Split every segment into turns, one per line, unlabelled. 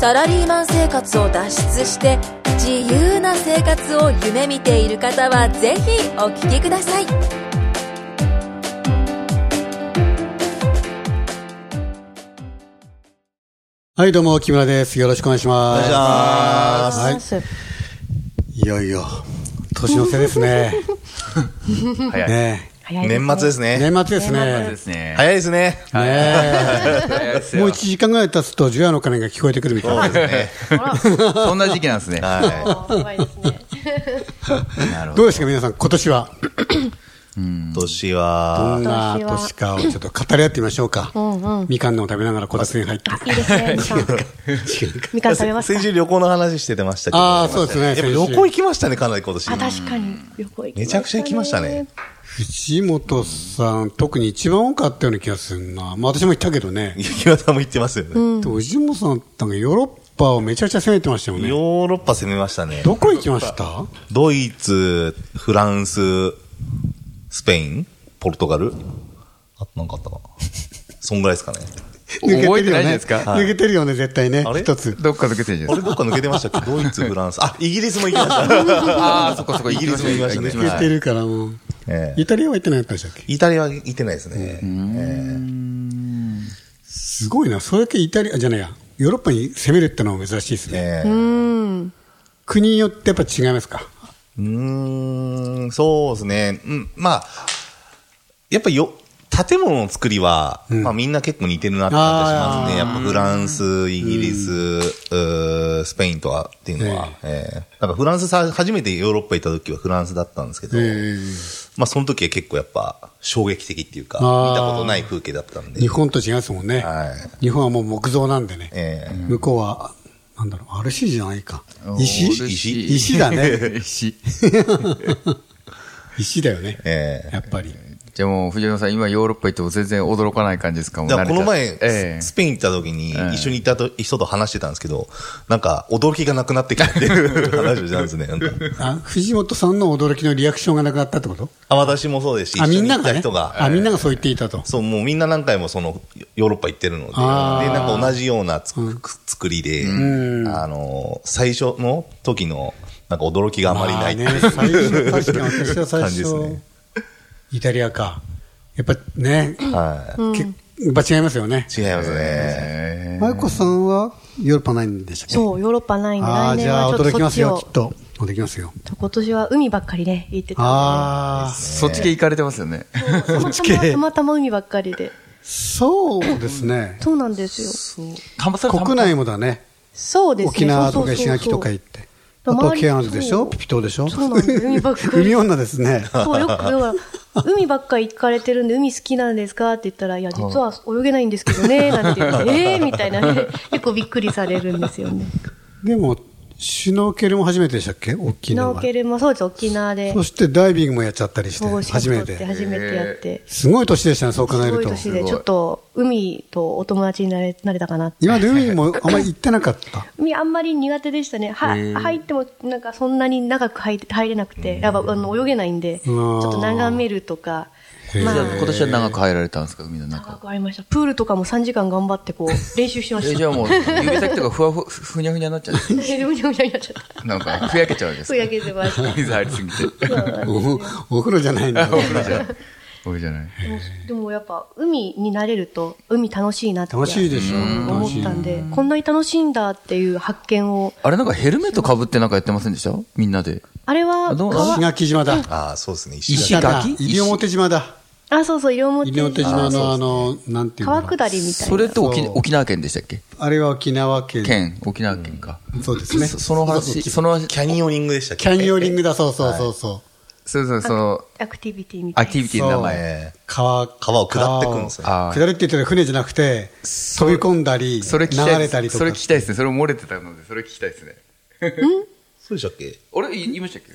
サラリーマン生活を脱出して自由な生活を夢見ている方はぜひお聞きください
はい、どうも、木村です。よろしくお願いします。
す
はい。いよいよ、年の瀬ですね。
早い。
ね
早いですね
年末ですね。
年末です
末
ね
で。すね。
早いですね。
ね
早いです
も
よ
う1時間ぐらい経つと、除夜の鐘が聞こえてくるみたいな。
そんな時期なんですね。
は
怖いですね。
どうですか、皆さん、今年は。
い。今年
ど
は、
んな年かをちょっと語り合ってみましょうか。みかんのを食べながらこたつに入って。
いいですね。みかんみかん食べま
先
す
週旅行の話してましたけど。
あーそうですね
やっぱ旅
先週
行行きましたね、かなり今年
か。あ、。確かに旅行行きましたね
めちゃくちゃ行きましたね。
藤本さん、特に一番多かったような気がするな。まあ、私も行ったけどね。
雪村さんも行ってますよね。
でも藤本さんなんかヨーロッパをめちゃくちゃ攻めてましたよね。
ヨーロッパ攻めましたね。
どこ行きました
ドイツ、フランス、スペイン、ポルトガル。あとなんかあったかな。そんぐらいですかね。
覚えてないですか
抜けてるよね、絶対ね
あ。れ
一つ。
どっか抜けてるんじゃ
あ
な
れ
いですか。
どっか抜けてま したっけドイツ、フランス。あ、イギリスも行きました。
ああ、そこそこ、イギリスも行きま
イギリ
し
ス
た
も
抜
ね。
けてるからもう。
ええ
イタリアは行ってなかったでしたっけ
イタリアは行ってないですね。
すごいな。それだけイタリア、じゃないや。ヨーロッパに攻めるってのは珍しいです
え
ね。
え
国によってやっぱ違いますか
うーん、そうですね。うん、まあ、やっぱよ、建物の作りは、まあみんな結構似てるなって感じがしますね。やっぱフランス、イギリス、うースペインとかっていうのは。ええなんかフランスさ、初めてヨーロッパ行った時はフランスだったんですけど、
え
まあその時は結構やっぱ衝撃的っていうか、
あー
見たことない風景だったんで。
日本と違いますもんね。
はい。
日本はもう木造なんでね。
ええ
向こうは、なんだろう、RC じゃないか。石
おー
石石だ ね。。
石。
石だよね。
ええ
やっぱり。
じゃあもう、藤野さん、今ヨーロッパ行っても全然驚かない感じですかもう
だからこの
慣れ
前
ちゃっ、てえ
スペイン行った時に
ええ
一緒に行ったと人と話してたんですけど、なんか驚きがなくなってきたっていう 話をしたんですね。なんか
あ、藤本さんの驚きのリアクションがなくなったってこと
あ、私もそうですし、
あ、
一
み
緒
ん
に
な
行っ
が
た
ね
人。が、
あ、みんながそう言っていたと。
そう、もうみんな何回もその、ヨヨーロッパ行ってるので、で、
あー
なんか同じようなつく作りで、あの、最初の時の、なんか驚きがあまりないって
まあ
い
ね、
う
最初、確かに私は最
感
初、
じですね。
イタリアか。やっぱね、
はい。
けやっぱ違いますよね。
違いますね。
え
まゆこさんはヨーロッパないんでしたっけ
そう、ヨーロッパないんで、
ああ、
来
じ
年
ゃ
は
あ
ちょっと
驚き
そ
ま
っ
す
ち
よ、き
を
っ。と。驚きますよ。
今年は海ばっかりね、行ってたん
ああ、
そっち系行かれてますよね。
で。たまたまたまたま海ばっかりで。
そうですね。
そうなんですよ。
たまたま
国内もだね。
そうですね。
沖縄とか
そうそう
石
そう
垣とか行って。あ
周り
とケアンズでし
そ
ょ
う
ピピ島でしょ
そうなんです海ばっかり
海女ですね。
そう、よく、だから、海ばっかり行かれてるんで、海好きなんですかって言ったら、いや、実は泳げないんですけど ね、なんて言って、ええみたいなね、結構びっくりされるんですよね。
でも、シュノーケルも初めてでしたっけ沖縄
ナオ
は。
ケルもそうです、沖縄で
そ。してダイビングもやっちゃったりして、
そう、
初め
って
て。
初めてやって。
すごい年でしたね、そう考え
すご
る
い
と。
年で、ちょっと、海とお友達になれなれたかなって。
今まで海もあんまり行ってなかった。
海あんまり苦手でしたね。は、入っても、なんかそんなに長く入入れなくて、やっぱ、あの、泳げないんで、ちょっと眺めるとか、まあ、
今年は長く入られたんですか、海の
長
中。
くありました。プールとかも3時間頑張っ て、こう、練習しま
え
し
じ
た
ゃあ。もう、指先とかふわふわ、ふにゃふにゃになっちゃう。
えむにゃむにゃになっちゃった。
なんか、ふやけちゃうんです か
ふやけてました。
水入りすぎて。
おお風呂じゃないんだ。
多いじゃない。
でもでもやっぱ、海に慣れると、海楽しいなって
楽しいでしょ。
思
楽し
っ
い
た。んで、こんなに楽しいんだっていう発見を、
あれなんかヘルメット被ってなんかやってませんでしたみんなで。
あれは
あどう
川
石垣島だ。
ああ、そうですね。
石
垣
垣
だ西表島だ。
あ、そうそう、西表
西表島のあの、なんていうんだ
川
ろう
下りみたい
そ
な。
れって沖
そう
沖縄県でしたっけ
あれは沖縄県。
県、沖縄県か。
そうですね。
そその話、その話、
キャニオニングでしたっけ
キャニオニングだ、そうそうそうそう。
そうそう、その、
アクティビティみたい
ア
な
ク。ティビティの名前。
ええ
川、
川を下ってくんですよね
川を下るって言ったら船じゃなくて、飛び込んだり、
それ聞きた
流
い
れ
で
たり
す。
と
それ
か
聞。きたいですね。それ漏れてたので、それ聞きたいですね。
そうでしたっけ
俺、い言いましたっけ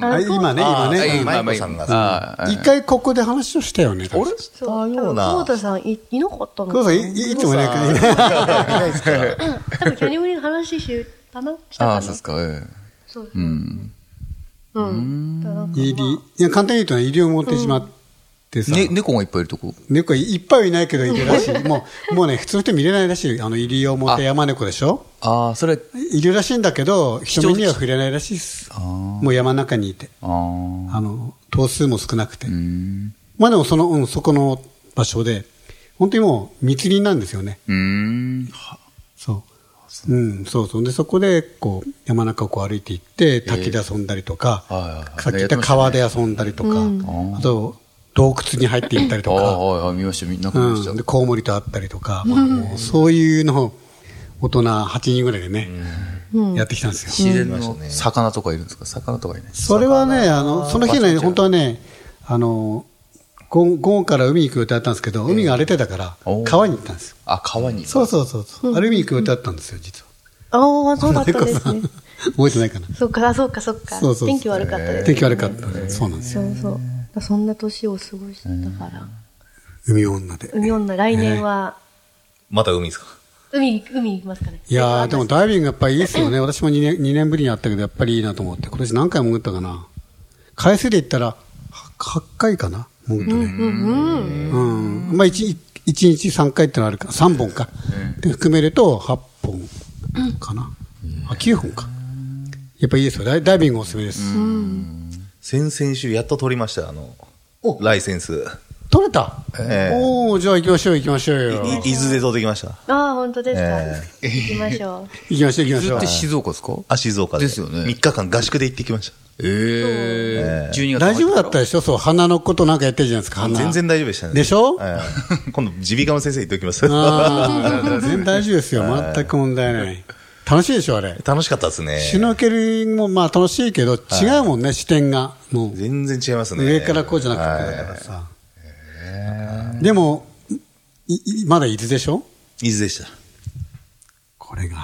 あ今ね、今
あ
ね。
ー
うん
マイコさんが
あー
一回ここで話をしたよね。確か
そうああいうような
久保田さんいいなかったの
久保田さん、いいつもね、
ないですから。
多分キャニオニの話したなした
あ
か
あ、
な
そうですか。え
そう
えうん。
うんだからなんか
入り、いや、簡単に言うとね、入りを持ってしまってさ。
ね、猫がいっぱいいるとこ。
猫いっぱいはいないけどいる らしい。もう、もうね、普通の人見れないらしい。あの、入りを持って山猫でしょ
ああ、それ、
いるらしいんだけど、人には触れないらしいです。もう山の中にいて。
ああ。
あの、頭数も少なくて。
うん。
まあでもその、うん、そこの場所で、本当にもう密林なんですよね。
うん。
そう。うん、そうそう。で、そこで、こう、山中をこう歩いていって、滝で遊んだりとか、
えーはいはいはい
さっき言った川で遊んだりとか、あと、洞窟に入っていったり
あ
とか、
あ、はい、見ました。みんな見ました。
うん、でコウモリと会ったりとか、もうそういうのを大人8人ぐらいでね、やってきたんですよ。
自然の魚とかいるんですか魚とかいない。
それはね、あのその日ね、本当はね、あの午後午後から海に行く予定だったんですけど、海が荒れてたから
お、ー
川に行ったんですよ。
あ、川に。
そうそうそうそう、あれ海に行く予定だったんですよ、実は。
ああそうだったです ね
覚えてないかな。
そっかあそうかそっか
そうそうそう
天気悪かったです
天気悪かったねそうなんですよ。
そうそうだそんな年を過ごしたから
海女で。
海女来年は
また海ですか
海海行きますかね
いやー、でもダイビングやっぱりいいですよね。私も2年 ,2 年ぶりにやったけど、やっぱりいいなと思って。今年何回潜ったかな。回数で言ったら、は8回かな。潜ったね。うん。まあ1、一日3回ってのあるか。3本か。で、含めると8本かな。あ、9本か。やっぱいいですよ。ダイダイビングおすすめです。
先々週やっと取りましたよあの、
お
ライセンス。
取れた、
ええ
おー、じゃあ行きましょう、行きましょう
い
よ。
い伊豆で取ってきました。
ああ本当ですか、
え
行きましょう
行きましょう、行きま
そ
し
れ
ょ
っ
う
て。静岡ですか
あ、静岡で。
ですよね
3日間合宿で行ってきまし
ええ。12月。
大丈夫だったでしょそう、鼻のことなんかやってるじゃないですか、
た。
鼻
全然大丈夫でしたね。
でしょ
ええ 今度、耳鼻科の先生行っておきます。
あー全然大丈夫ですよ。全く問題ない。楽しいでしょ、あれ。
楽しかったですね。
シュノーケリングもまあ楽しいけど、違うもんね、視点が。もう、
全然違いますね。
上からこうじゃなくて、だからさ。でも、いいまだ伊豆でしょ
伊豆でした。
これが。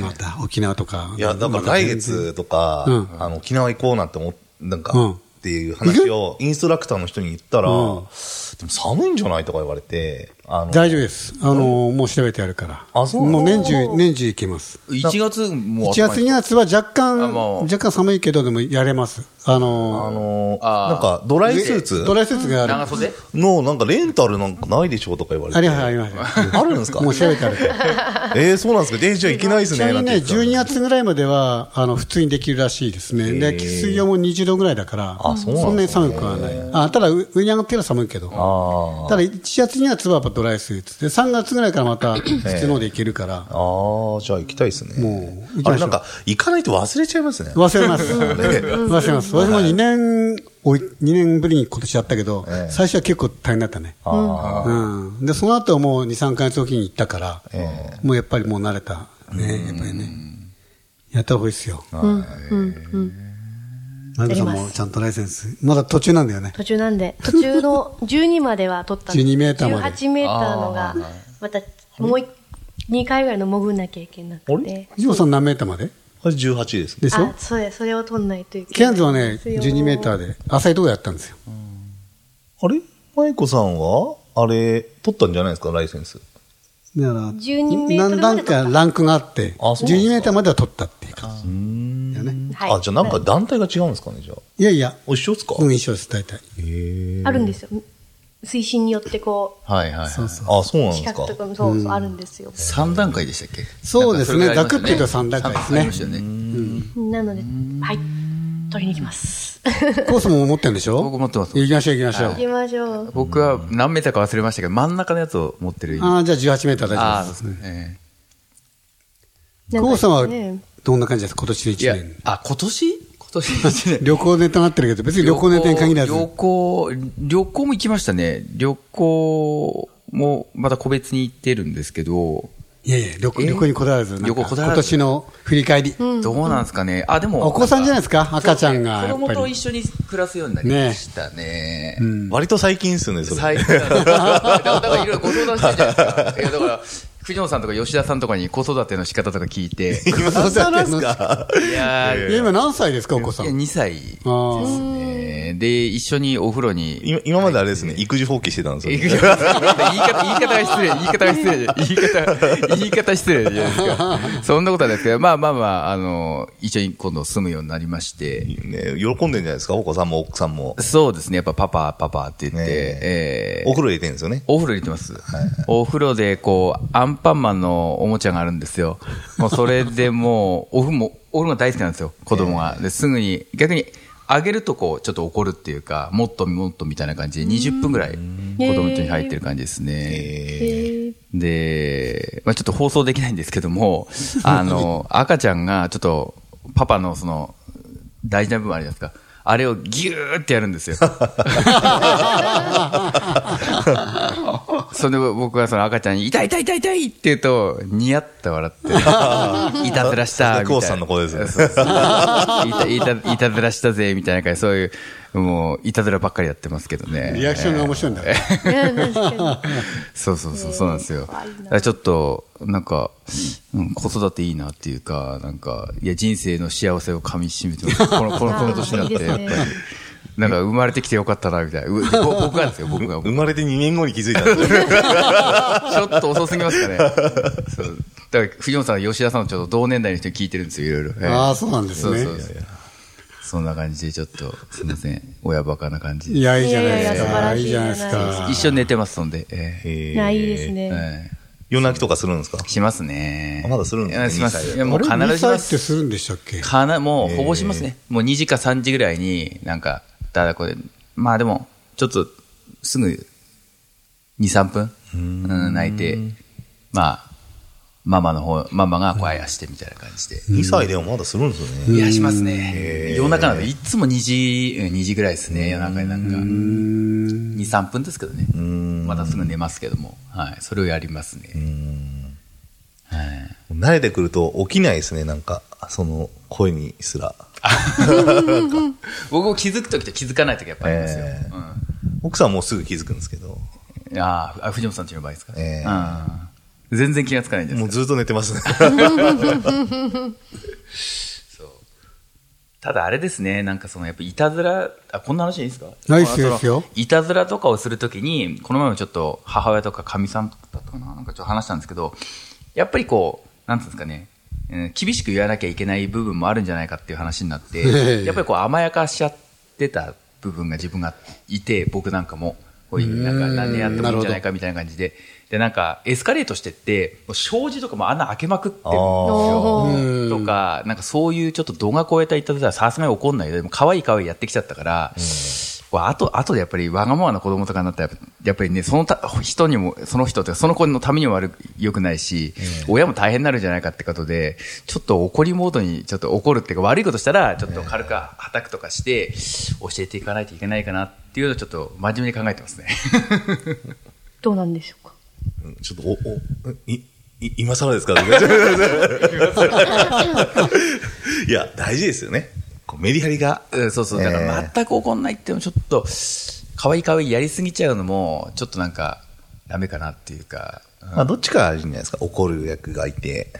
また沖縄とか。
いや、だか
ま
ら来
全然。
月とか、
うん
あの、沖縄行こうなんて思っなんか、
うん
っていう話をインストラクターの人に言ったら、
うん
でも寒いんじゃないとか言われて、あの、
大丈夫です。あの、もう調べてやるから。
あそう
もう年中、年中行けます。
1月もう
1月、2
に
月は若
あ
干、
もう
若干寒いけど、でもやれます。あ
あ
の、
の
あー
なんかドライスーツ
ドライスーツがある。
長袖
の、なんかレンタルなんかないでしょうとか言われて。
ありますあります。
あるんですか
もう調べて あるから。
えー、そうなんですかえーじゃあ行けないです
ちな
ね。
み
な
に
ん
ね、
て言ってた
12月ぐらいまでは、あの、普通にできるらしいですね。で、水温も20度ぐらいだから、
あそうなん
んな
で
に寒くはない。あ、ただ、う上に上がっては寒いけど。
あ
ただ、1月、2月はやっぱドライスーツで、3月ぐらいからま た、普通のでいけるから
あ、、ああ、じゃあ行きたいですね。
もう行きましょう
あれなんか、行かないと忘れちゃい ますね。
忘れます。忘れます。私も2年、おい二年ぶりに今年やったけど
え、え
最初は結構大変だったね。
あ
うん。で、その後はもう2、3ヶ月おきに行ったから
え、
もうやっぱりもう慣れた。ね、やっぱりね。やった方がいいですよ。
うんうん
マリコさんもちゃんとライセンス。まだ途中なんだよね。
途中なんで途 中の12までは取ったんです
12メーターまで
18メーターのがまたもう2回ぐらいの潜んなきゃいけなくて
ジモさん何メーターまで
あ、18ですね。
でしょ
あそうやそれを取んないといけ
ケア
ない
ンズはね、12メーター
で
で、浅いとこやったんですよ。
あれマイコさんは、あれ、取ったんじゃないですかライセンス。
だから、
12メー
何
トルまで
段
取った
かランクがあって、
あそうなんです
12
か
メーターまでは取ったっていう感じ。
すよはい
あ、じゃあなんか団体が違うんですかね、じゃあ。
いやいや、
お一緒ですか
うん、一緒です、大体。
あるんですよ水深によってこ
はいはい。
そうそう。
あ、そうな
うん
で
近
すか
くと。かもそうそうあるんですよ
3段階でしたっけ
そうですね
なんかそれぐらいあり
ざ
ました
くっと言うと三段階ですね
ありましたよね。
なのではい取りに行きます
コースも持ってるんでしょ
僕持ってます
行きましょう、行きましょう
行。きましょう
僕は何メーターか忘れましたけど、真ん中のやつを持ってる。
ああ、じゃあ18メーター大丈
ああ、
夫で
そうですす。ね。
久保さんは
ね
どんな感じですか今年の
ええいや
1年。、
あ、今年今年一年。
旅行ネタになってるけど、別に 旅行ネタに限らず。
旅行、旅行も行きましたね。旅行もまた個別に行ってるんですけど、
いやいや、旅行
ええ
旅行にこだわらず、なんか
旅行こだわ
今
らず
年の振り返り。
どうなんですかね。あ、でも。
お子さんじゃないですか赤ちゃんが。や
子
っ
供
ぱ
と
り
一緒に暮らすようになりましたね。
割と最近ですよね、それ。
最近だから、だからいろいろご相談してるじゃないですか。いや、だから、九条さんとか吉田さんとかに子育ての仕方とか聞いて、
今更ですか
いやー、
いや今何歳ですか、お子さん。
2歳
あー
えーで、一緒にお風呂に。
今今まであれですね、育児放棄してたんですよ
言い
ね。
方、言い方が失礼、言い方が失礼、言い方、言い方失礼じゃないですか。そんなことはないですけど、まあまあまあ、あの、一緒に今度住むようになりまして、
ね喜んでんじゃないですかお子さんも奥さんも。
そうですね、やっぱパパ、パパって言って、
ね
えー
お風呂入れてるんですよね。
お風呂入れてます。お風呂で、こう、アンパンマンのおもちゃがあるんですよ。もうそれでもう、お風呂も、お風呂が大好きなんですよ、子供が。で、すぐに、逆に、あげるとこう、ちょっと怒るっていうか、もっともっとみたいな感じで、20分ぐらい、子供とに入ってる感じですね。
えー
で、まあちょっと放送できないんですけども、あの、赤ちゃんが、ちょっと、パパのその、大事な部分あるじゃないですか。あれをギューってやるんですよ。それで僕はその赤ちゃんに、痛い痛い痛い痛いって言うと、ニヤッと笑 って、いたずらしたみたいな。
久保田さんの子ですね
そうそうそういたいたいたずらしたぜ、みたいな感じ、そういう、もう、いたずらばっかりやってますけどね。
リアクションが面白いんだ。
いや確か
そうそうそう、そうなんですよ。だ
怖いな
からちょっと、なんか、うん子育ていいなっていうか、なんか、いや、人生の幸せをかみしめてます。この、この、この年になって、
いいです
や っぱ
ね
り。なんか、生まれてきてよかったな、みたいな。うぼ僕がですよ、僕が。
生まれて2年後に気づいたん ですよ。
ちょっと遅すぎますかね。そう。だから、藤本さん、吉田さんのちょっと同年代の人に聞いてるんですよ、いろいろ。
ああ、そうなんです
そう
ね
そう。そう。そんな感じで、ちょっと、すいません。親バカな感じ
い
で。
や、いいじゃないです
いやいや素晴
か。
らし
い
い
いじゃないですか。
一緒に寝てます、そんで。ええ
に。ないいですね。
はい
夜泣きとかするんですか
しますね
あ。まだするんですね
いやしま
二
す。
歳
いやもう必
あれ
ず
2
しま
歳って
す。
するんでしたっけ
かな、もうほぼしますね。もう2時か3時ぐらいに、なんか、ただこれ、まあでも、ちょっと、すぐ、2、3分、うん、泣いて、まあ、ママの方、ママがこうあやしてみたいな感じで。
?2 歳でもまだするんですよね。
いや、しますね。夜中なんで、いつも2時、うん2時ぐらいですね、夜中になんか。2、3分ですけどね。またすぐ寝ますけども。はい。それをやりますね。はい。
慣れてくると起きないですね、なんか。その声にすら。
僕も気づくときと気づかないときやっぱありますよ。
え奥さんはもうすぐ気づくんですけど。
うん、あーあ、藤本さんちの場合ですか、
ええ
うん全然気がつかないんです
も
か
うずっと寝てますね。
ただあれですね、なんかそのやっぱいたずら、あ、こんな話いいですか
ないっすよ
まあその
いいっすよ
いたずらとかをするときに、この前もちょっと母親とかかみさんだったかな、なんかちょっと話したんですけど、やっぱりこう、なんていうんですかね、うん厳しく言わなきゃいけない部分もあるんじゃないかっていう話になって、
ええ
やっぱりこう甘やかしちゃってた部分が自分がいて、僕なんかも、こういうなんか何年やってもいいんじゃないかみたいな感じで、で、なんかエスカレートしてって、もう障子とかも穴開けまくってるんですよ
あ。
とか、なんかそういうちょっと度が超えたいたずらはさすがに怒んないよ。でも可愛い可愛いやってきちゃったから、こうあと、あとでやっぱりわがままな子供とかになったらやっぱ、やっぱりね、そのた人にも、その人っていうかその子のためにも悪く、良くないし、親も大変になるんじゃないかってことで、ちょっと怒りモードにちょっと怒るっていうか、悪いことしたら、ちょっと軽く叩くとかして、教えていかないといけないかなっていうのをちょっと真面目に考えてますね。
どうなんでしょうか。
ちょっと、お、お、い、い今更ですから、 ね、 いや、大事ですよね。こうメリハリが。
うんそうそう。だから
えー
全く怒んないっていうのもちょっと、可愛い可愛いやりすぎちゃうのも、ちょっとなんか、ダメかなっていうか、
まあ、どっちかあるじゃないですか。怒る役がいて、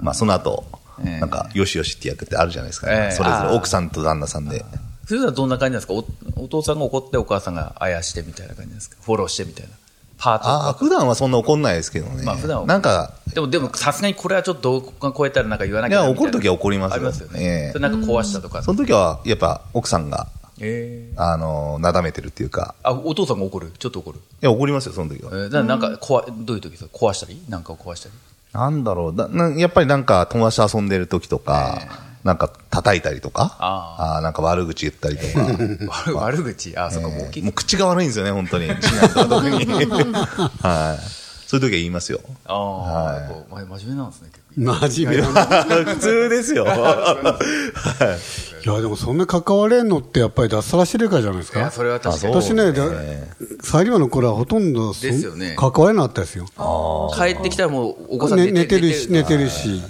まあ、その後、
ええ
なんか、よしよしって役ってあるじゃないですか、
ええ
それぞ
あ
れ
あ
奥さんと旦那さんで。
そういうのはどんな感じなんですかおお父さんが怒ってお母さんがあやしてみたいな感じなんですかフォローしてみたいな。パートと
ああ、
か。
普段はそんな怒んないですけどね。
まあ普段は
なんか、
でも、でも、さすがにこれはちょっと動画が超えたらなんか言わなきゃ
いや
みたな
怒る時は怒りますよ
ありますよ
え
ね。
え
それなんか壊したとか。
その時は、やっぱ、奥さんが、
ええ
あの、なだめてるっていうか、
あ、お父さんが怒るちょっと怒る。
いや、怒りますよ、その時
え
は。
ー、ななんか、壊、どういう時ですか壊したりなんかを壊したり
なんだろうだな、やっぱりなんか、友達と遊んでる時とか、なんか、叩いたりとか、
あ
あーなんか悪口言ったりとか、
悪悪口あ、そっか、もう大きい。
もう口が悪いんですよね、本当に。次男とか 特に。はい。そういう時は言いますよ。
ああ、やっぱま真面目なんですね、結構。
真面目だな。
普通です よ。
いや、でもそんな関われんのって、やっぱり脱サラしてるからじゃないです
いや、
か。
それは確かに。
私ね、だサラリーマンの頃はほとんどそん
ですよね
関われなかったですよ。
帰ってきたらもうお子さん
ね寝てるし、寝てるし。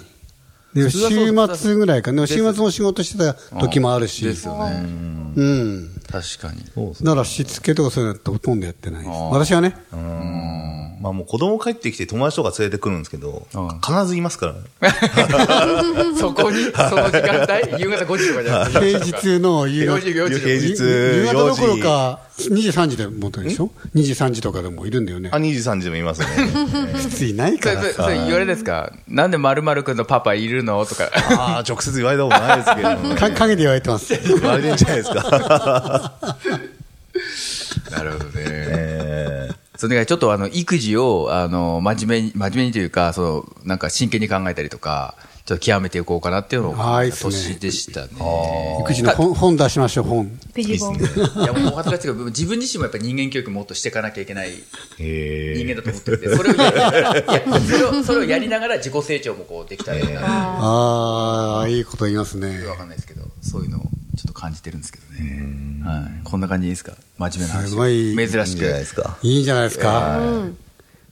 で
通はそう
週末ぐらいかな。
です
週末も仕事してた時もあるし
で。すよね。
うん。
確かに。
だからしつけとかそういうのってほとんどやってないです。私はね。
まあもう子供帰ってきて友達とか連れてくるんですけど、
うん
必ずいますからね。
そこに、その時間 帯、夕方5時とかじゃなくて。
平日の 夕方
4時、4時。
平日
夕方どこ
4
ろ
時。
か、2時、3時でもとでしょ ?2 時、3時とかでもいるんだよね
あ、。23時でもいますね。
きついない
そ
か
れ、
ら
それ、。それ言われですかなんで〇〇くんのパパいるのと か。
ああ、直接言われたことないですけれど も、ね。
か陰で言われてます。
言われてんじゃないですか。
なるほどね。
え
それがちょっとあの、育児を、あの、真面目に、真面目にというか、その、なんか真剣に考えたりとか、ちょっと極めていこうかなっていうの
あ
が、
ーいいっすね
年でしたね。
育児の本本出しましょう、本。
ペジボン。
いや、もうお恥ずかしいけど、自分自身もやっぱり人間教育もっとしていかなきゃいけない
ーえー
人間だと思ってるん で、それをやり、いやそれを、それをやりながら自己成長もこうできたらいいなって
あ
ああ、いいこと言いますね。
わかんないですけど、そういうのをちょっと感じてるんですけどね。はい。こんな感じでいいですか真面目な話。
すごい
珍
いい
し
んじゃないで
く。
すか。
いいんじゃないですか。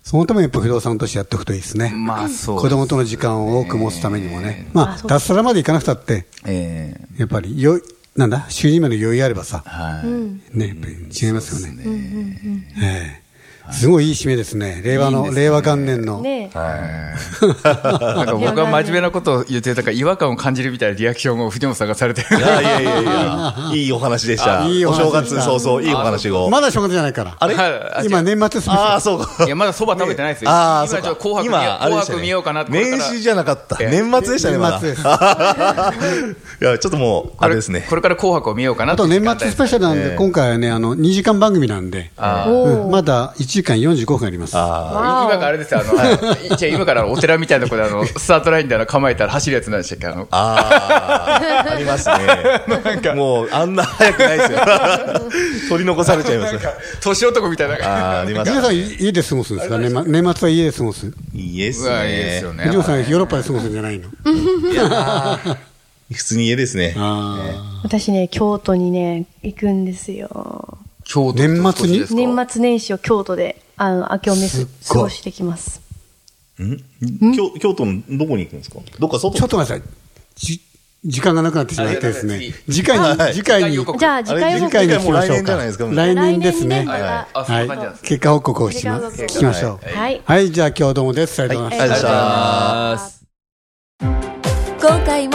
そのためにやっぱ不動産投資やっておくといいですね。
まあ、そう。
子供との時間を多く持つためにもね。ま
あ
あ、
そう
脱サラまでいかなくたって、
ええ
やっぱり、よい、なんだ、収入まで余裕あればさ、
はい。
ね、やっぱり違いますよね。ええすごいいい締めですね。令和の、令和元年
あ。
の。
ねえ。
なんか僕は真面目なことを言って、なんか違和感を感じるみたいなリアクションを藤本さんがされてる。
いやいやいやいや、いいお話でした。
あいいお
お
話でし
正
た
月早々、いいお話を。
まだ正月じゃないから。
あれ
はい
今、年末スペシ
あ
ャ
あ、
ル。
そうか。
いや、まだそば食べてないですよ。
ああ、そ
今
う
ちょ
か
っと。紅白見よう、
今、あれでしたね
紅白見ようかなと
年始じゃなかった。年末でしたね、まだ。
年末です
いや、ちょっともう、あれですね
こ。れから紅白を見ようかな
あ
って
と年末スペシャルなんで、今回はね、あの、2時間番組なんで、
あー
うん
お
ま
お。
だ1時間45分あります。
あ
わお
今からあれですよ、あの、はいじゃあ今からお寺みたいなとこで、あの、スタートラインみたいなの構えたら走るやつなんでしたっけあの
あ、、ああ、ありますね。もう、あんな早くないですよ。 取り残されちゃいます。
年男みたいな。
ああ、あります
皆さん、家で過ごすんですか年末年末は家で過ごす。
いいで
う
す
わ、いいで
ね
すよ。ね。
藤本さん、ヨーロッパで過ごすんじゃないの
普通に家ですね。
あ
私ね、京都にね、行くんですよ。
京都
年末に
ですか
年末年始を京都で、あの、明けおめ
すっ
す
ごい
過ごしてきます。
京京都のどこに行くんですかどっか
ー
外
ちょっと待ってください。じ時間がなくなってしまってです
あいや
ね
だか。
次回
は
に、
い
次回
次回
に
予、告
じゃあ、次回
次
報
回
告。
に行きましょ
来
う
年じゃ
か
ないですか。もう
来年です
来
ね。
年
は
ねま
い
た
はいあそん
は
ない感じなんです。ね
結果報告をしま
結果報
す。
告
しましょ
は
う
い。
はい、じゃあ今日どうもです。ありがとうございました
ありがとうございま
今回も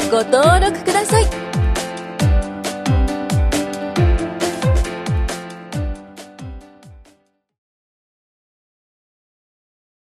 ご登録ください